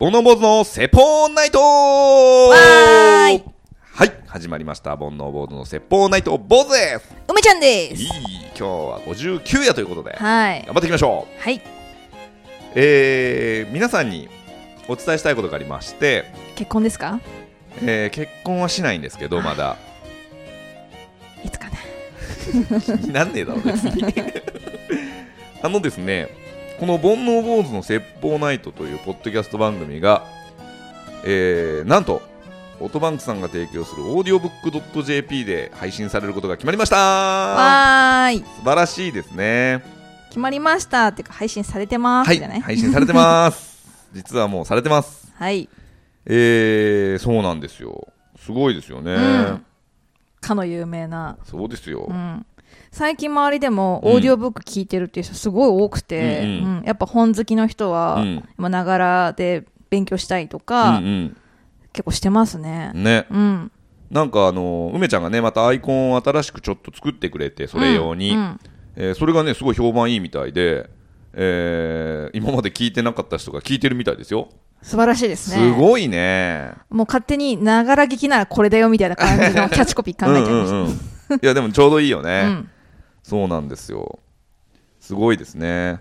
煩悩坊主の説法ナイトわーいはい、始まりました。煩悩坊主の説法ナイト、坊主で梅ちゃんですいいす。今日は59夜ということで、頑はい。張っていきましょう。はい。えー、皆さんにお伝えしたいことがありまして、結婚ですかえー結婚はしないんですけど、まだ。いつかな。気になんねえだろ、別に。 あのですね、この煩悩坊主の説法ナイトというポッドキャスト番組が、えー、なんと、オートバンクさんが提供するオーディオブックドット JP で配信されることが決まりましたわーい。素晴らしいですね。決まりました。っていうか、配信されてます。はじい、ゃない配信されてます。 実はもうされてます。はい。えー、そうなんですよ。すごいですよね。うんかの有名な。そうですよ。うん。最近周りでもうんオーディオブック聞いてるっていう人すごい多くうて、うんんうんやっぱ本好きの人うはん、まあながらで勉強したいとか、うん結構してますねう。ん。ね。うん。なんかあの梅ちゃんがねまたアイコンを新しくちょっと作ってくれてそれ用に、うんえーそれがねすごい評判いいみたいで、えー今まで聞いてなかった人が聞いてるみたいですよ素晴らしいですすね。ごいねもう勝手にながら聞きならこれだよみたいな感じのキャッチコピー考えちゃいました。うんうんうん、いやでもちょうどいいよね、うんそうなんですよすごいですね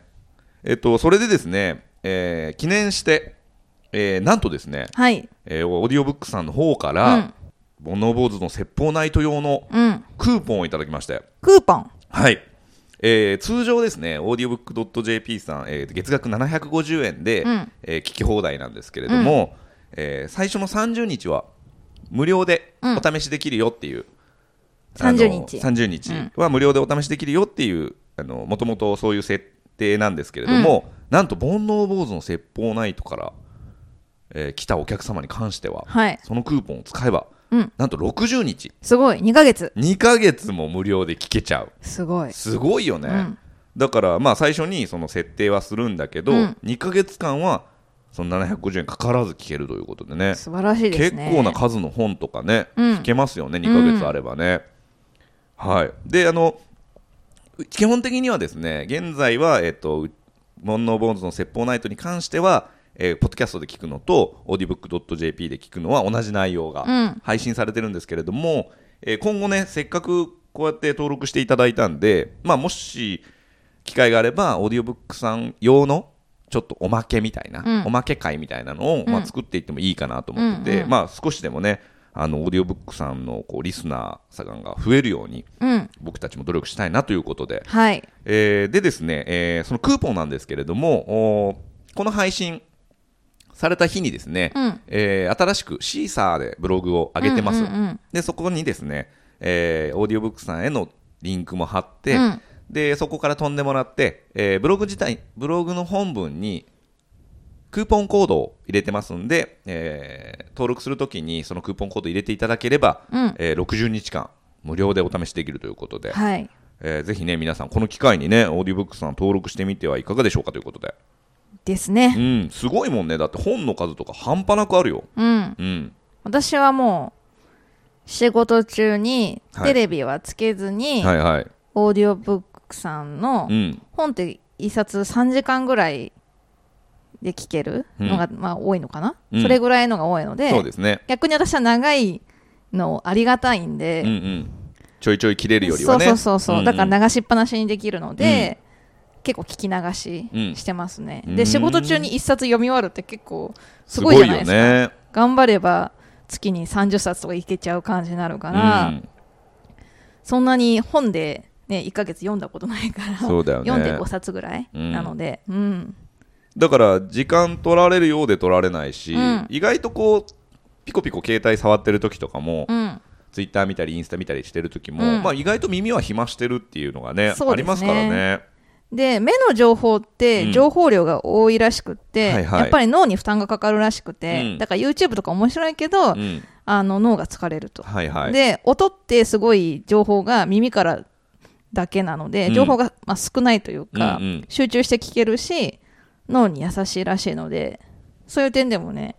えっとそれでですね、えー記念して、えーなんとですね、はい。えーオーディオブックさんの方から、煩悩坊主の説法ナイト用のうん。クーポンをいただきましてクーポン。はい、えー通常ですね、オーディオブックドット JP さん、えー月額750円で、うんえー聞き放題なんですけれども、えー最初の30日は無料でお試しできるよっていう、あの30日30日は無料でお試しできるよっていう、あのもともとそういう設定なんですけれども、なんと煩悩坊主の説法ナイトから、えー来たお客様に関しては、はい。そのクーポンを使えば、うんなんと60日、すごい。2ヶ月。 2ヶ月も無料で聞けちゃう。すごい。すごいよね、うんだからまあ最初にその設定はするんだけど、うん2ヶ月間はその750円かからず聞けるということでね素晴らしいです結ね。構な数の本とかね、うん聞けますよね2ヶ月あればね、はいであのう基本的にはですね現在はえっとう「煩悩ボーンズの説法ナイト」に関してはえーポッドキャストで聞くのと、オーディブックドット JP で聞くのは同じ内容がうん配信されてるんですけれども、えー今後ね、せっかくこうやって登録していただいたんで、まあ、もし機会があれば、オーディオブックさん用のちょっとおまけみたいな、うんおまけ会みたいなのを、まあ、作っていってもいいかなと思ってて、うんうんまあ、少しでもね、あのオーディオブックさんのこうリスナーさんが増えるように、うん。僕たちも努力したいなということで、はい。えーでですね、えーそのクーポンなんですけれども、おーこの配信された日にですね、うんえー新しくシーサーでブログを上げてます。うんうんうんで、そこにですね、えーオーディオブックさんへのリンクも貼って、うんで、そこから飛んでもらって、えーブログ自体、ブログの本文にクーポンコードを入れてますんで、えー登録するときにそのクーポンコード入れていただければ、うんえー60日間無料でお試しできるということで、はい。えーぜひね、皆さん、この機会にね、オーディブックさん登録してみてはいかがでしょうかということで。ですうね。ん、すごいもんね。だって本の数とか半端なくあるよ。うん。うん。私はもう、仕事中にはいテレビはつけずに、はいはい。オーディオブックさんのうん。本って一冊3時間ぐらいで聞けるのが、まあ多いのかな、うんそれぐらいのが多いのでそうですね。逆に私は長いのありがたいんで、うんうん。ちょいちょい切れるよりはね。そうそうそうそう、んんだから流しっぱなしにできるので、結構聞き流うんししてますね、うんで仕事中に一冊読み終わるって結構すごいじゃないですかごいよね。頑張れば月に30冊とかいけちゃう感じになるから、うんそんなに本で、ね、1ヶ月読んだことないからそうだよね4.5冊ぐらいうんなので、うんだから、時間取られるようで取られないし、うん意外とこう、ピコピコ携帯触ってる時とかも、うんツイッター見たりインスタ見たりしてる時も、うんまあ意外と耳は暇してるっていうのがね、そあうりですねますからね。で目の情報っうんて情報量が多いらしくって、はいはいやっぱり脳に負担がかかるらしくて、うんだから YouTube とか面白いけど、うん。あの脳が疲れると、はいはい。で音ってすごい情報が耳からだけなので、うん情報が、まあ、少ないというか、うんうん集中して聞けるし脳に優しいらしいのでそういう点でもね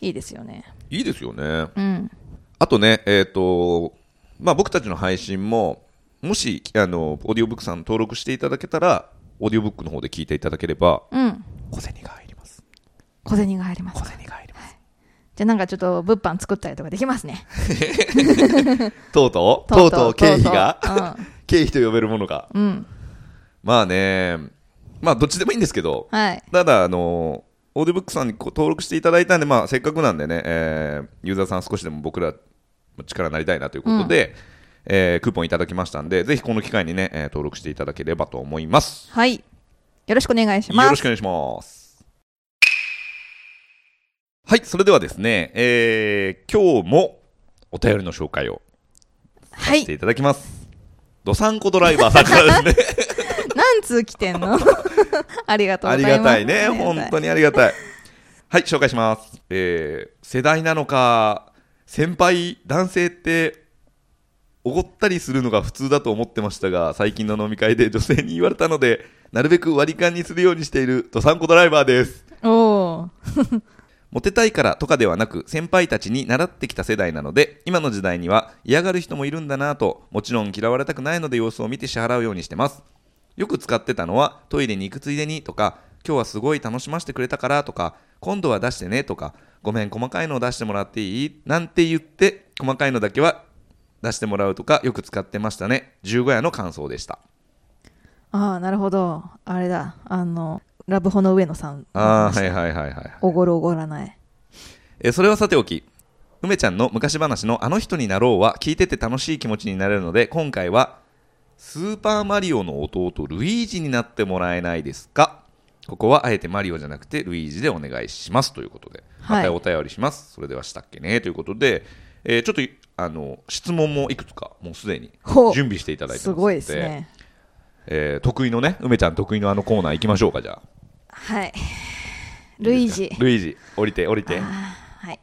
いいですよねいいですよね。うんあとね、えっ、と、まあ、僕たちの配信も、もし、あの、オーディオブックさん登録していただけたら、オーディオブックの方で聞いていただければ、うん小銭が入ります。小銭が入ります小から銭が入りますじゃあなんかちょっと物販作ったりとかできますねとうとうとうとう経費がが経費と呼べるものがうん、うん、まあねまあどっちでもいいんですけどはいただあのオーディブックさんにこう登録していただいたんで、まあ、せっかくなんでね、えーユーザーさん少しでも僕らの力になりたいなということで、えークーポンいただきましたんでぜひこの機会にね、えー登録していただければと思いますはいよろしくお願いしよまろすしくお願いしますはいそれではですね、えー今日もお便りの紹介をはしていいただきますどさんこドライバーさんからですね何通来て んのありがとうあごりざいがますたいね、本当ににありがたい。はい、紹介します。えー世代なのか、先輩、男性って、おごったりするのが普通だと思ってましたが、最近の飲み会で女性に言われたので、なるべく割り勘にするようにしている、ドサンコドライバーです。おおモテたいからとかではなく、先輩たちに習ってきた世代なので、今の時代には嫌がる人もいるんだなぁと、もちろん嫌われたくないので様子を見て支払うようにしてます。よく使ってたのは、トイレに行くついでにとか、今日はすごい楽しませてくれたからとか、今度は出してねとか、ごめん、細かいのを出してもらっていいなんて言って、細かいのだけは出してもらうとか、よく使ってましたね。十五夜の感想でした。ああなるほどあれだあのラブホの上野さんああ、はいはいはいはい。おごるおごらないえーそれはさておき梅ちゃんの昔話の「あの人になろう」は聞いてて楽しい気持ちになれるので今回は「スーパーマリオ」の弟ルイージになってもらえないですかここはあえてマリオじゃなくてルイージでお願いしますということではまいたお便りします、それではしたっけねということで、えーちょっといあの質問もいくつかもうすでにほう準備していただいてますすのでごいですねえー得意のね梅ちゃん得意のあのコーナー行きましょうかじゃあはいルイージルイージ降りて降りてはい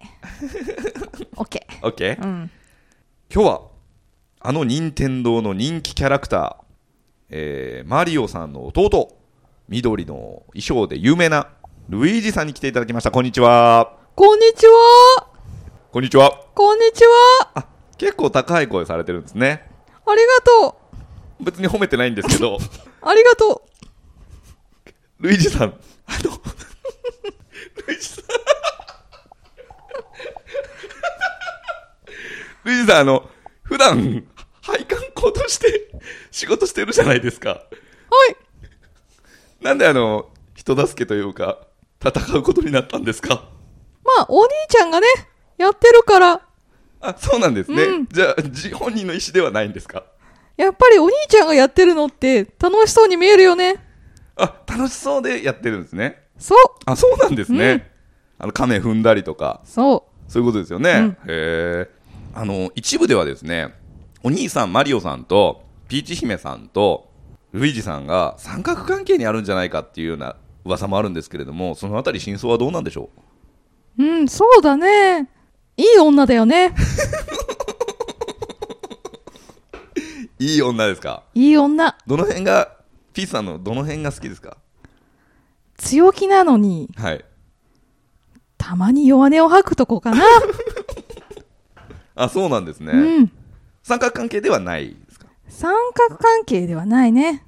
オッケ OK ーうん今日はあの任天堂の人気キャラクター、えーマリオさんの弟緑の衣装で有名なルイージさんに来ていただきましたこんにちはこんにちはこんにちはこんにちはあ結構高い声されてるんですねありがと別に褒めてないんですけ どうありがとうルイージさんあのルイージさんルイージさんあの普段配管工として仕事してるじゃないですかはいなんであの、人助けというか、戦うことになったんですか まあお兄ちゃんがねやってるからあ、そうなんですね。うんじゃあ、じ本人の意思ではないんですかやっぱりお兄ちゃんがやってるのって楽しそうに見えるよねあ、楽しそうでやってるんですね。そうあ、そうなんですね。あの、亀踏んだりとか、そそういうことですよね。うんへえ。あの、一部ではですね、お兄さんマリオさんと、ピーチ姫さんと、ルイージさんが三角関係にあるんじゃないかっていうような噂もあるんですけれども、そのあたり真相はどうなんでしょう ううんそうだねいい女だよねいい女ですかいい女どの辺が、ピーチさんのどの辺が好きですか強気なのにはい。たまに弱音を吐くとこかな、あ、そうなんですね。うん三角関係ではないですか。三角関係ではないね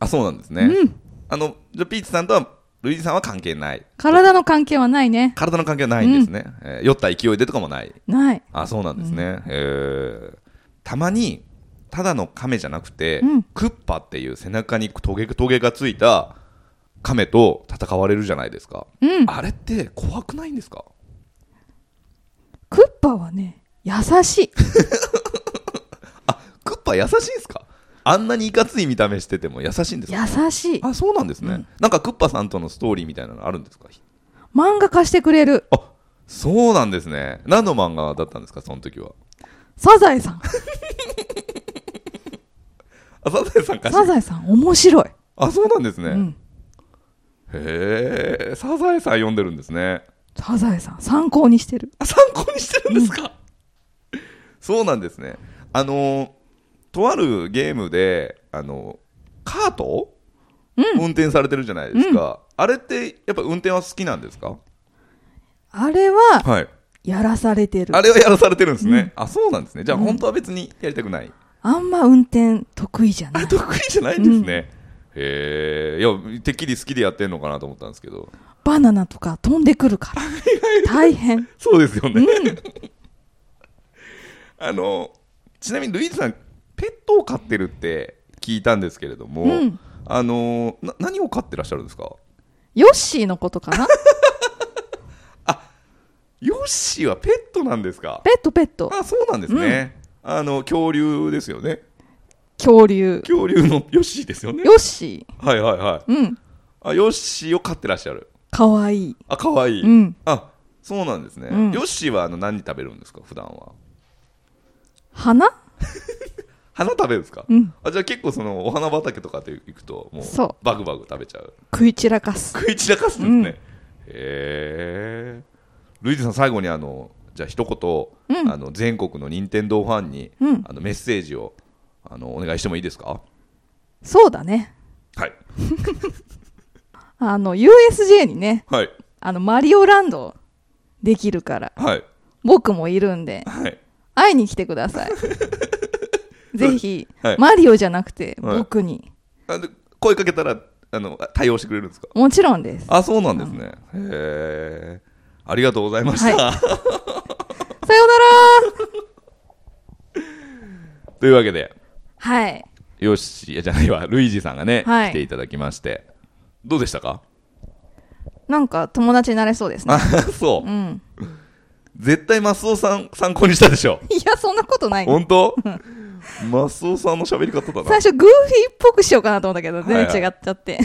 あ、そうなんですね。うんあの、じゃあピーチさんとは、ルイージさんは関係ない。体の関係はないね体の関係はないんですね。えー酔った勢いでとかもない。ないあ、そうなんですね。えーたまに、ただの亀じゃなくて、うんクッパっていう背中にトゲトゲがついた亀と戦われるじゃないですか。うんあれって怖くないんですかクッパはね優しい クッパ優しいんですかあんなにいかつい見た目してても優しいんですか優しいあそうなんですね、なんかクッパさんとのストーリーみたいなのあるんですか漫画化してくれるあそうなんですね何の漫画だったんですかその時はサザ エさんあサザエさんかしサザエさん面白い、あそうなんですね、うん、へえサザエさん読んでるんですねサザエさん参考にしてるあ参考にしてるんですか、そうなんですねあのーとあるゲームであのカート、運転されてるじゃないですか、あれってやっぱ運転は好きなんですかあれははいやらされてるあれはやらされてるんですね、あそうなんですねじゃあ本当は別にやりたくない、あんま運転得意じゃ なあい得意じゃないんですね、へえいやてっきり好きでやってんのかなと思ったんですけどバナナとか飛んでくるから 大変そうですようね。ん あの、ちなみにルイージさん、ペットを飼ってるって聞いたんですけれども、うんあの、な何を飼ってらっしゃるんですかヨッシーのことかなヨッシーはペットなんですかペットペットあ、そうなんですね。あの、恐竜ですよね。恐竜恐竜のヨッシーですよね。ヨッシはいはいはい。ーうんあ、ヨッシーを飼ってらっしゃる。かわいいあ、可愛いうんあ、そうなんですね。うんヨッシーはあの何食べるんですか普段は。花花食べるんですか、うんあじゃあ結構そのお花畑とかで行くともうそうバグバグ食べちゃう食い散らかす食い散らかすんですね、へうんえルイージさん最後にあのじゃあ一言、うんあの全国の任天堂ファンに、うんあのメッセージをあのお願いしてもいいですかそうだねはいあの USJ にねはいあのマリオランドできるからはい僕もいるんではい会いに来てください ぜひ、はいマリオじゃなくてはい僕に、あの声かけたらあの対応してくれるんですかもちろんですあそうなんですね、へえありがとうございました、さようなら というわけではいよしいやじゃないわルイージさんがね、はい来ていただきましてどうでしたかなんか友達になれそうですねあ そう、うん絶対マスオさん参考にしたでしょいやそんなことない本 当マスオさんの喋り方だ最な初グーフィーっぽくしようかなと思ったけどはい全はい然違っちゃって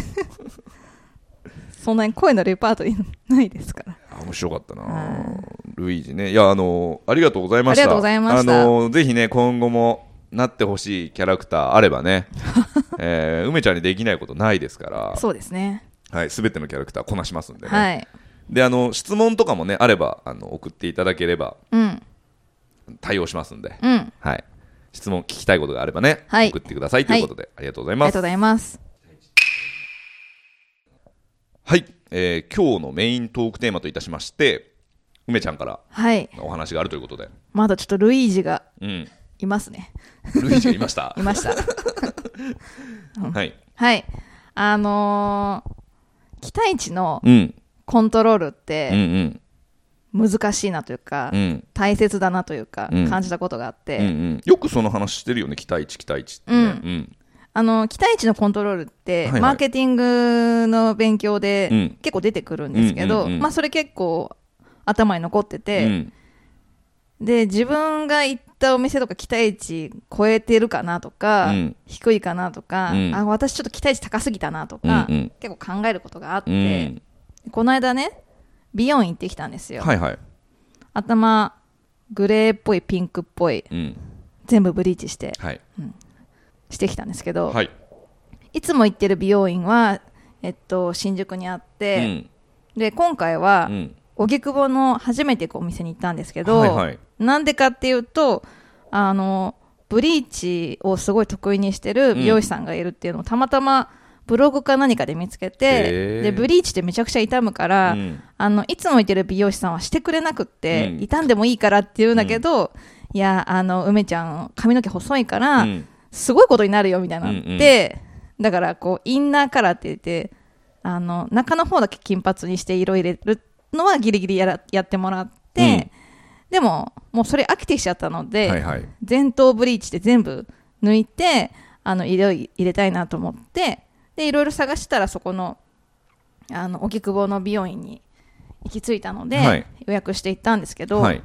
そんなに声のレパートリーないですからあ面白かったなはルイージねいやあのありがとうございましたありがとうございましたあのぜひね今後もなってほしいキャラクターあれば ね、えー梅ちゃんにできないことないですからそうですねはい、全てのキャラクターこなしますんでね、はいであの質問とかもねあればあの送っていただければうん対応しますんで、うんあはい、質問聞きたいことがあればね、はい送ってくださいということで、ありがとうございりまがすとうございますはい、えー今日のメイントークテーマといたしまして梅ちゃんからはいお話があるということで、まだちょっとルイージがうん、いますねルイージがいました い ましたはい、はいあのー期待値のうん、コントロールっうんうてん難しいなというか、うん大切だなというかうん感じたことがあって、うんうんよくその話してるよね期待値期待値ってね、あの期待値のコントロールって、はいはいマーケティングの勉強でうん結構出てくるんですけど、うんうんうんまあ、それ結構頭に残ってうんて、で自分が行ったお店とか期待値超えてるかなとか、うん低いかなとか、うんあ私ちょっと期待値高すぎたなとか、うんうん結構考えることがあっうんうて、んこの間ね美容院行ってきたんですよ、はいはい、頭グレーっぽいピンクっぽいうん、全部ブリーチしてはいしてきたんですけど、はい、いつも行ってる美容院は、えっと、新宿にあっうて、んで今回はうん荻窪の初めて行くお店に行ったんですけど、はいはいなんでかっていうとあのブリーチをすごい得意にしてる美容師さんがいるっていうのをたまたまブログか何かで見つけへてーでブリーチってめちゃくちゃ傷むから、うんあのいつも行ってる美容師さんはしてくれなくって、うん傷んでもいいからって言うんだけど、いやあの梅ちゃん髪の毛細いから、うんすごいことになるよみたいなのあって、うんうんだからこうインナーカラーって言ってあの中の方だけ金髪にして色入れるのはギリギリやらやってもらって、でももうそれ飽きてきちゃったので、はいはい前頭ブリーチで全部抜いてあの色入れたいなと思ってでいろいろ探したらそこのあの荻窪の美容院に行き着いたので、はい予約して行ったんですけど、はい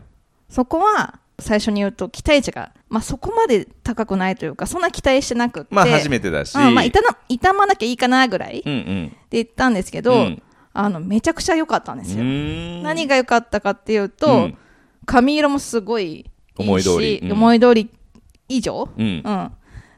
そこは最初に言うと期待値が、まあ、そこまで高くないというかそんな期待してなくって、まあ初めてだし、うんまあ、傷な傷まなきゃいいかなぐらいってうんうん言ったんですけど、うんあのめちゃくちゃ良かったんですよ。何何が良かったかっていうと、うん髪色もすごいいいし思い通りうん思い通り以上、うんうん、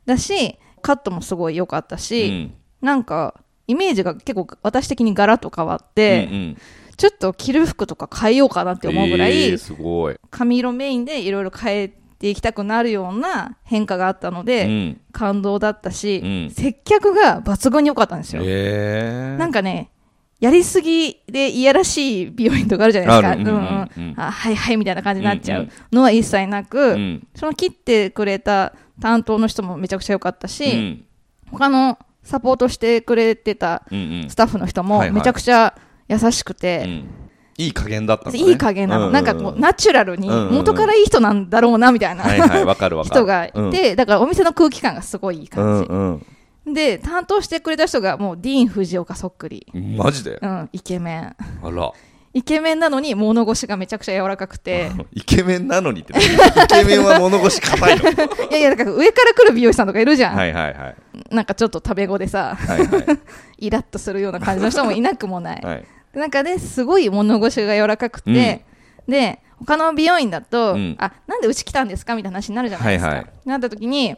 だしカットもすごい良かったし、なんかイメージが結構私的にガラッと変わって、うんちょっと着る服とか変えようかなって思うぐらい、えーすごい、髪色メインでいろいろ変えていきたくなるような変化があったのうで、ん、感動だったし、うん接客が抜群に良かったんですよ、えー、なんかねやりすぎでいやらしい美容院とかあるじゃないあるですか、ううんうんうんんうんあはいはいみたいな感じになっちゃうんうのは一切なく、うんその切ってくれた担当の人もめちゃくちゃ良かったし、うん他のサポートしてくれてたうんうんスタッフの人はいもはいめちゃくちゃ優しくうて、んいい加減だったんだねいい加減なの、なんかこう、ナチュラルに、うんうんうん元からいい人なんだろうなみたいな、はいはいわかるわかる人がいて、だからお店の空気感がすごいいういん感じ、うんで担当してくれた人がもうディーン・フジオカそっくり、うんマジでうん、イケメンあらイケメンなのに物腰がめちゃくちゃ柔らかくて イケメンなのに って何イケメンは物腰硬いのいやいやだから上から来る美容師さんとかいるじゃん、はいはいはいなんかちょっと食べ語でさはいはイラッとするような感じの人もいなくもないいはいでなんかねすごい物腰が柔らかくて、で他の美容院だと、うんあなんでうち来たんですかみたいな話になるじゃないですか、はいはいなった時に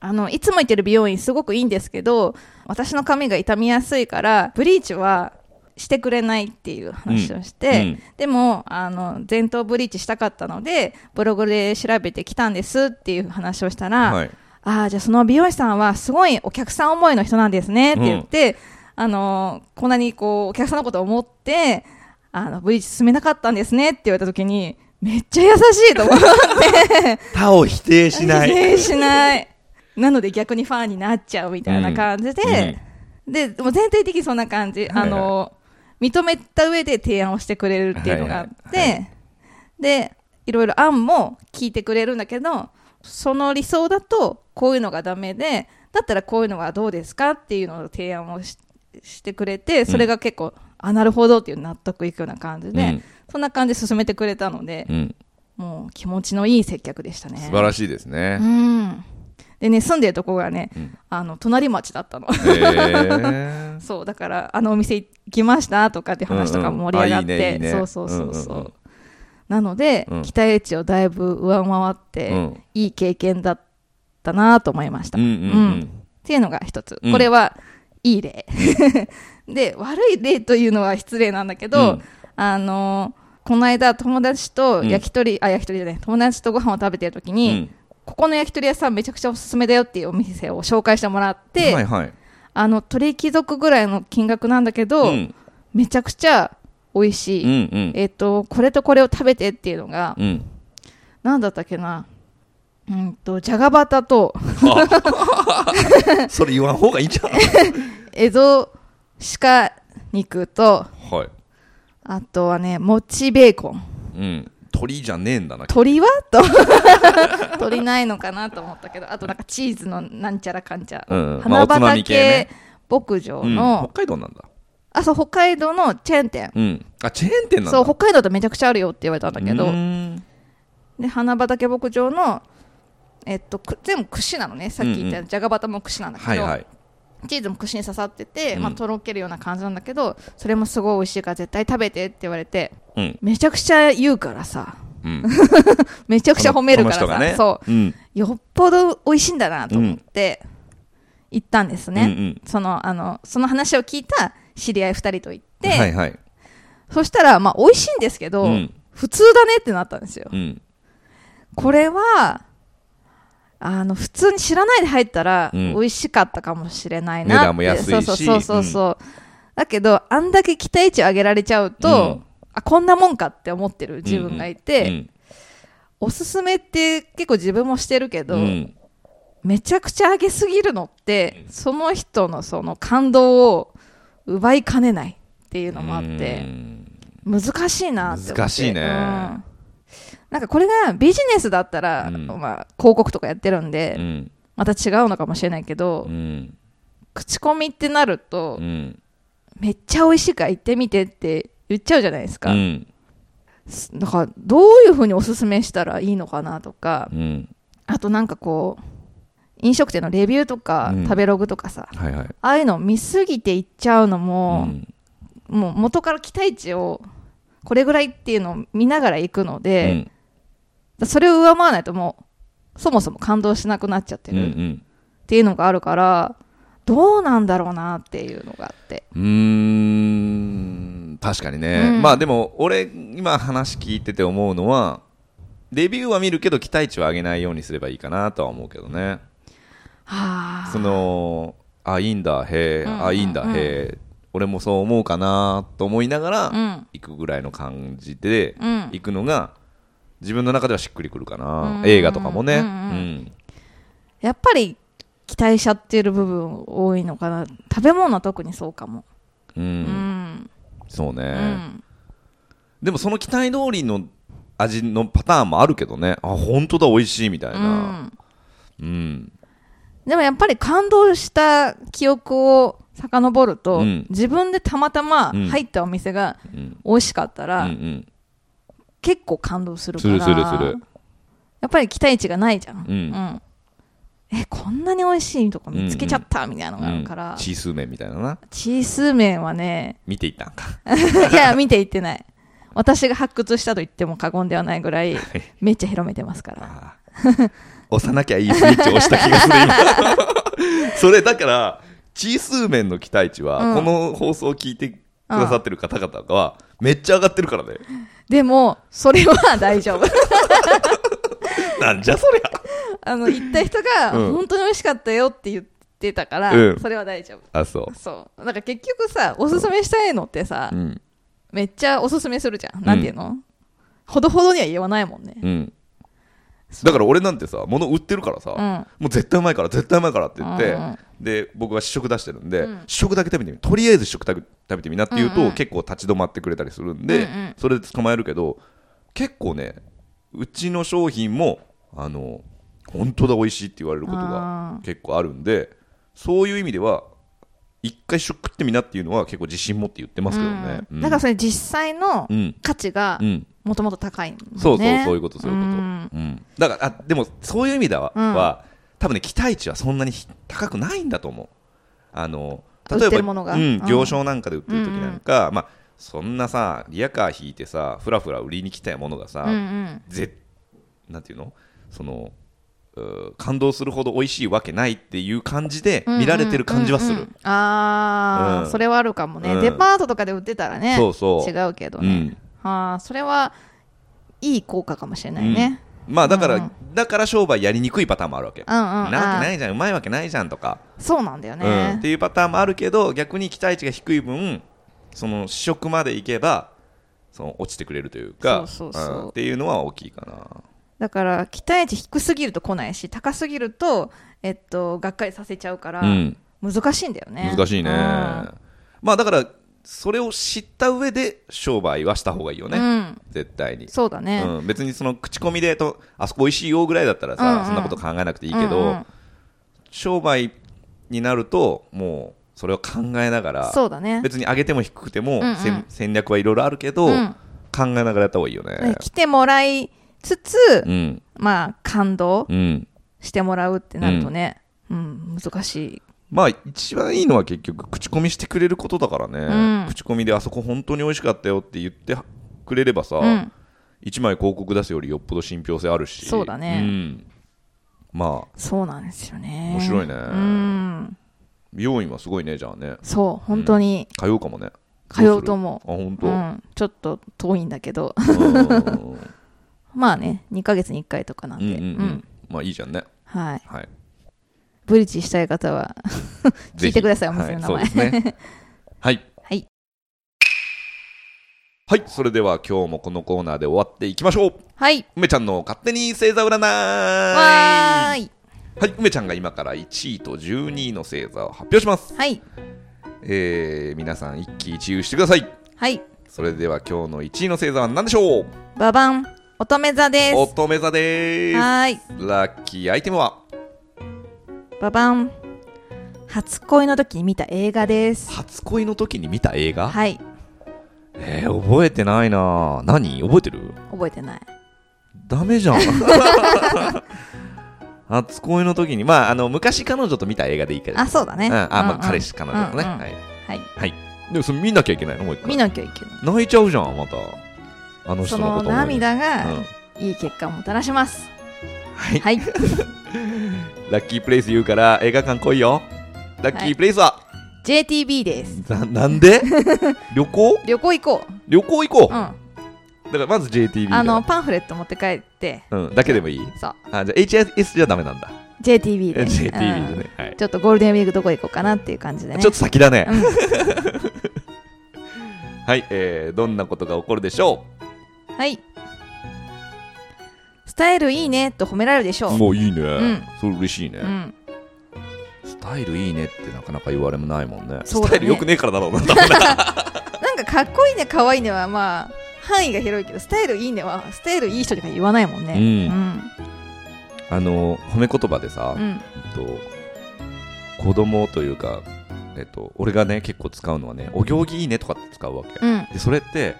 あのいつも行ってる美容院すごくいいんですけど私の髪が傷みやすいからブリーチはしてくれないっていう話をして、うんうんでもあの前頭ブリーチしたかったのでブログで調べてきたんですっていう話をしたら、はいああ、じゃあその美容師さんはすごいお客さん思いの人なんですねって言って、あのーこんなにこう、お客さんのことを思って、あの、ブリーチ進めなかったんですねって言われた時に、めっちゃ優しいと思って。他を否定 しない全然 しない。なので逆にファンになっちゃうみたいな感じで、で、でも全体的にそんな感はじ。いはいあのー認めた上で提案をしてくれるっていうのがあって、はいで、いろいろ案も聞いてくれるんだけど、その理想だとこういうのがダメでだったらこういうのがどうですかっていうのを提案をししてくれてそれが結構、あなるほどっていう納得いくような感じで、うんそんな感じで進めてくれたので、うんもう気持ちのいい接客でしたね素晴らしいですねうんでね住んでるとこがね、うんあの隣町だったのへ ーそうだからあのお店行きましたとかって話とかも盛り上がっうんうんあいて、いねいいねそうそうそううそう,、んうんうんなので、うん期待値をだいぶ上回って、うんいい経験だったなと思いました、うんうんううんんっていうのが一つ、うんこれはいい例 で悪い例というのは失礼なんだけど、うんあのーこの間友達と焼き鳥、あ焼き鳥じゃない友達とご飯を食べてる時うに、んここの焼き鳥屋さんめちゃくちゃおすすめだよっていうお店を紹介してもらって、はいはいあの鳥貴族ぐらいの金額なんだけうど、んめちゃくちゃ美味しうい、んうんえっ、とこれとこれを食べてっていうのがうん何だったっけなうんとじゃがバタとあ それ言わん方がいいんじゃないエゾ鹿肉とはいあとはね、もちベーコン。うん鳥じゃねえんだな鳥は と鳥ないのかなと思ったけど、あとなんかチーズのなんちゃらかんちゃ。うんうんまあ花おつまみ系畑ね牧場うんの、北海道なんだあ、そう、北海道のチェーン店。うんあチェーン店なんだそう、北海道ってめちゃくちゃあるよって言われたんだけうーど、んで、花畑牧場の、えっと、く全部串なのね。さっき言っうたんじゃがバタも串なんだけど、はいはいチーズも串に刺さってて、まあ、うんとろけるような感じなんだけど、それもすごい美味しいから絶対食べてって言われて、うんめちゃくちゃ言うからさ、うんめちゃくちゃ褒めるからそのさ、人がねそう。 うんよっぽど美味しいんだなと思って行ったんですね、うんうんそのあのその話を聞いた知り合い2人と行って、はいはいそしたら、まあ、美味しいんですけど、うん普通だねってなったんですようんこれはあの普通に知らないで入ったらうん美味しかったかもしれないなって、値段も安いしそうそうそうそう、だけどあんだけ期待値を上げられちゃうと、うんあこんなもんかって思ってる自分がいて、うんおすすめって結構自分もしてるけど、うんめちゃくちゃ上げすぎるのってその人のその感動を奪いかねないっていうのもあっうてん難しいなって思って難しいねうんなんかこれがビジネスだったら、うんまあ、広告とかやってるんで、うんまた違うのかもしれないけど、うん口コミってなると、うんめっちゃ美味しいから行ってみてって言っちゃうじゃないですうか、んだからどういうふうにおすすめしたらいいのかなとかうんあとなんかこう飲食店のレビューとか、うん食べログとかさはいはいああいうのを見すぎていっちゃうのう、もんもう元から期待値をこれぐらいっていうのを見ながら行くのうで、んそれを上回らないともうそもそも感動しなくなっちゃってうんうるっんていうのがあるから、どうなんだろうなっていうのがあって。うーん確かにね、うんまあでも俺今話聞いてて思うのはレビューは見るけど期待値は上げないようにすればいいかなとは思うけどねはあそのあいいんだへえ、うんうんうんあいいんだへえ俺もそう思うかなと思いながらうん行くぐらいの感じでうん行くのが自分の中ではしっくりくるかな、うんうん映画とかもね、ううんんやっぱり期待しちゃってる部分多いのかな食べ物は特にそうかも、ううんんそうね、うんでもその期待通りの味のパターンもあるけどねあ本当だ美味しいみたいなうん、でもやっぱり感動した記憶を遡ると、うん自分でたまたまうん入ったお店がうん美味しかったうんら、うん結構感動するすからるするするやっぱり期待値がないじゃん、うんえこんなに美味しいとこ見つけちゃったみたいなのがあうるんから、チースーメンみたいななチースーメン はね見ていったんかいや見ていってない私が発掘したと言っても過言ではないぐらいいめっちゃ広めてますからあー押さなきゃいいスイッチを押した気がする 今それだからチースーメンの期待値は、うんこの放送を聞いてくださってる方々はめっちゃ上がってるからねでもそれは大丈 夫なんじゃそりあの行った人がうん本当に美味しかったよって言ってたから、うんそれは大丈夫ゃあそそうなんか結局さおすすめしたいのってさ、ううんめっちゃおすすめするじゃんなんていうの、ほどほどには言わないもんねうんだから俺なんてさ物売ってるからさ、うんもう絶対うまいから絶対うまいからって言って、うんうんで僕は試食出してるんで、うん試食だけ食べてみとりあえず試食食べ食べてみなって言うと、うんうん結構立ち止まってくれたりするんで、うんうんそれで捕まえるけど結構ねうちの商品もあの本当だ美味しいって言われることあがー結構あるんでそういう意味では一回試食食ってみなっていうのは結構自信持って言ってますけどね、ううんんだからそれ実際のうん価値がうんもともと高いんだよねそうそうそういうことそういうこと、うんんだからあでもそういう意味では,、うんは多分ね期待値はそんなにひ高くないんだと思うあの例えば売ってるものがうんうん行商なんかで売ってる時なんか、まあ、そんなさリヤカー引いてさふらふら売りに来たものがさ、うんうんぜなんていうのそのうー感動するほど美味しいわけないっていう感じで見られてる感じはする、うんうんうんうんああ、うんそれはあるかもね、うんデパートとかで売ってたらねそうそう違うけどね、ああそれはいい効果かもしれないね、まあだから、うんだから商売やりにくいパターンもあるわけ、うん、うんうなわんけあないじゃんうまいわけないじゃんとかーそうなんだようん、っねて、いうパターンもあるけど逆に期待値が低い分その試食までいけばその落ちてくれるというかそうそうそうんっていうのは大きいかなだから期待値低すぎると来ないし高すぎるとえっとがっかりさせちゃうから、うん難しいんだよね難しいね、うんまあだからそれを知った上で商売はした方がいいよね、うん絶対に、そうだね、うん、別にその口コミでとあそこおいしいよぐらいだったらさ、うんうんそんなこと考えなくていいけど、うんうん商売になるともうそれを考えながらそうだね別に上げても低くても、うんうんせん戦略はいろいろあるけど、うん考えながらやった方がいいよねね。来てもらいつつ、うん、まあ感動うん、してもらうってなるとね、うん難しいまあ一番いいのは結局口コミしてくれることだからね、うん口コミであそこ本当に美味しかったよって言ってくれればさ、うん一枚広告出すよりよっぽど信憑性あるしそうだねんまあそうなんですよね面白いねうん美容院はすごいねじゃあねそう本当に通うかもね通うと思あ本う、当、う、うんちょっと遠いんだけど ん、まあね2ヶ月に1回とかなんうで、んうんうんまあいいじゃんねはいはいブリッジしたい方は聞いてくださいおぜひ店の名前はい、そうです ねはいはいはいそれでは今日もこのコーナーで終わっていきましょうはい梅ちゃんの勝手に星座占いわーいはい、梅ちゃんが今から1位と12位の星座を発表します。はいえー、皆さん一喜一憂してください。はいそれでは今日の1位の星座は何でしょうババン乙女座です乙女座ではーいす。ラッキーアイテムはババン初恋の時に見た映画です初恋の時に見た映画、はいえー、覚えてないな何覚えてる覚えてないダメじゃん。 初恋の時に、まあ、あの、昔彼女と見た映画でいいけど。あそうだね、うん、あ、まうんあ、うん彼氏、彼女とね、うんうんはい。はいでも、それ見なきゃいけないのもう一見回。なきゃいけない泣いちゃうじゃん、また。あの人そののこと思い出して涙うがんいい結果をもたらします、はいはいラッキープレイス言うから映画館来いよラッキープレイスは、 JTB ですななんで 旅行旅行行こう、旅行行こうう、ん、だからまず JTB だあのパンフレット持って帰ってうん、だけでもいいそうあじゃあ HIS じゃダメなんだ JTB で JTB でうんね、はいちょっとゴールデンウィークどこ行こうかなっていう感じでねちょっと先だね、うん はい、えー、どんなことが起こるでしょはいスタイルいいねと褒められるでしょうう、もういいね、んそれ嬉しいね、うん、スタイルいいねってなかなか言われもないもんねそうだねスタイルよくねえからだろうななんか考かっこいいね可愛いねはまあ範囲が広いけどスタイルいいねはスタイルいい人とか言わないもんねうあの褒め言葉でさ、うんうんえっと、子供というか、えっと、俺がね結構使うのはねお行儀いいねとかって使うわけ、うんでそれって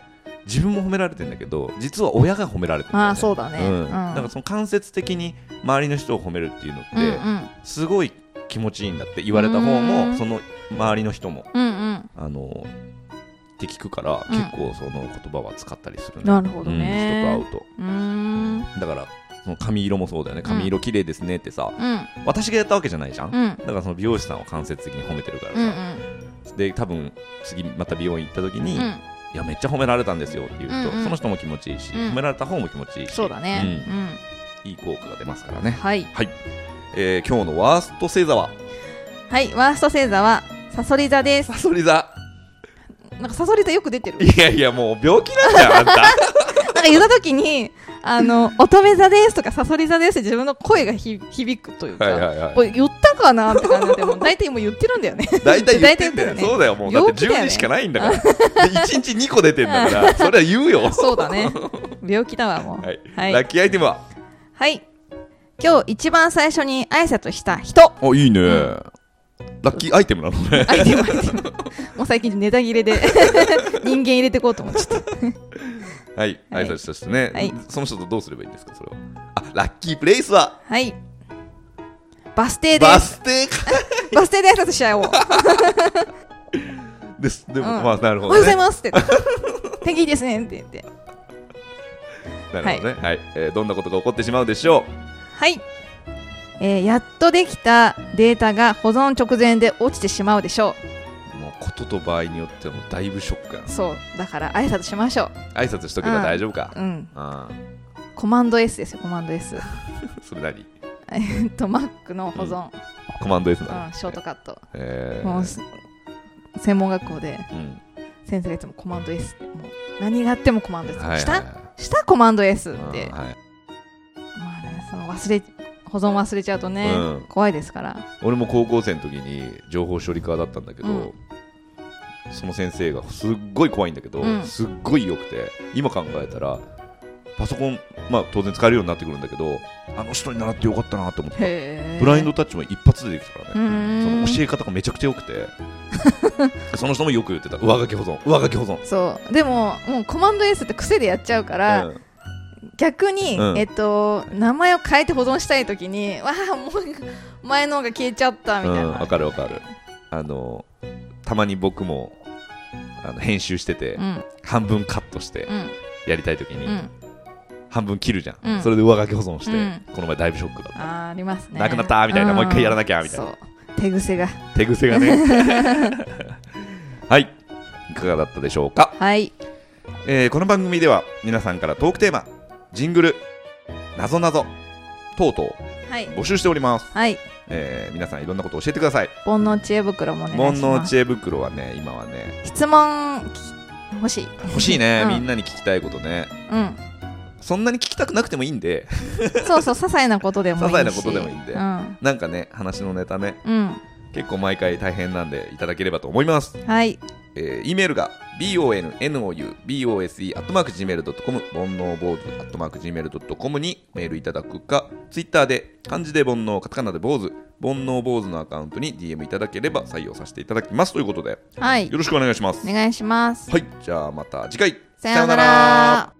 自分も褒められてんだけど実は親が褒められてるんだよ、ね、ああそうだねうんうんだからその間接的に周りの人を褒めるっていうのって、うんうんすごい気持ちいいんだって言われた方も、うんその周りの人もうんうんあのって聞くから、うん結構その言葉は使ったりするねなるほどうん、ね人と会ううーんうんとだからその髪色もそうだよね髪色綺麗ですねってさ、うん私がやったわけじゃないじゃん、うんだからその美容師さんを間接的に褒めてるからうんさ、で多分次また美容院行った時に、ういんやめっちゃ褒められたんですよって言うと、うんうんその人も気持ちいいし、うん褒められた方も気持ちいいしそうだねうういい効果が出ますからんね、はいえー今日のワースト星座ははいワースト星座はサソリ座ですサソリ座なんかサソリ座よく出てるいやいやもう病気なんだよあん たなんか言った時に あの乙女座ですとかサソリ座ですって自分の声がひ響くというかはいはいはいこれ言ったかなって感じでもう大体もう言ってるんだよ ね大体言ってんだよ大体言ってるねそうだよもうだって病気だよ12ねしかないんだから、で1日2個出てんだから それは言うよそうだ ね病気だわもうはい、はい、ラッキーアイテムははい今日一番最初に挨拶した人あいいね、んラッキーアイテムなのねアイテムアイテムもう最近ネタ切 れで人間入れてこうと思っちゃったはい、はい挨拶としてね、はいその人とどうすればいいんですか、それは。あ、ラッキープレイスははいバス停でバすス停かバス停で挨拶しちゃおうです。でも、うんまあ、なるおほはよどうございね。ますって天気いいですねって言ってなるほどね。はい、えーどんなことが起こってしまうでしょはい、えーやっとできたデータが保存直前で落ちてしまうでしょう。もうことと場合によってはもうだいぶショックやうそうだから挨拶しましょな挨拶しとけば大丈夫かう、う。ん、あコマンド S ですよコマンド S ーそれ何えっと Mac の保存、コマンド S うんなの。ショートカット、えもうーす専門学校でうん先生がいつもコマンド S もう何があってもコマンド S、はいはいはいしたしたコマンド S って、うんはいまあねその忘れ保存忘れちゃうとね、うん怖いですから俺も高校生の時に情報処理科だったんだけど、うんその先生がすっごい怖いんだけど、うんすっごい良くて今考えたらパソコン、まあ、当然使えるようになってくるんだけどあの人に習ってよかったなと思ってへーブラインドタッチも一発でできたからうね、そーんの教え方がめちゃくちゃ良くてその人もよく言ってた上書き保存上書き保存、そうでももうコマンド S って癖でやっちゃうから、うん逆に、うんえっと、名前を変えて保存したいときに、わあ、もう前のが消えちゃったみたいうな。んわかるわかるあのたまに僕もあの編集してて、うん、半分カットしてうん、やりたい時に、うん。半分切るじゃん、うんそれで上書き保存して、うんこの前だいぶショックだった、あーありますね。なくなったみたいなもう一回やらなきゃうんみたいなそう。手癖が。手癖がねはいいかがだったでしょうか、はい。えーこの番組では皆さんからトークテーマジングルなぞなぞ等々はい。募集しております、はい。えー皆さんいろんなことを教えてください煩悩知恵袋もお願いしま煩悩す。知恵袋はね今はね質問き欲しい。欲しいね、うんみんなに聞きたいことねうん。そんなに聞きたくなくてもいいんでそうそう、些細なことでもいいし。些細なことでもいいんでうん。なんかね話のネタねうん。結構毎回大変なんでいただければと思いますはい。えー、E メールが bonoubose.gmail.com 煩悩坊主 .gmail.com にメールいただくか Twitter で漢字で煩悩カタカナで坊主煩悩坊主のアカウントに DM いただければ採用させていただきますということではいよ。ろしくお願いしますお願いします。はいじゃあまた次回さようなら。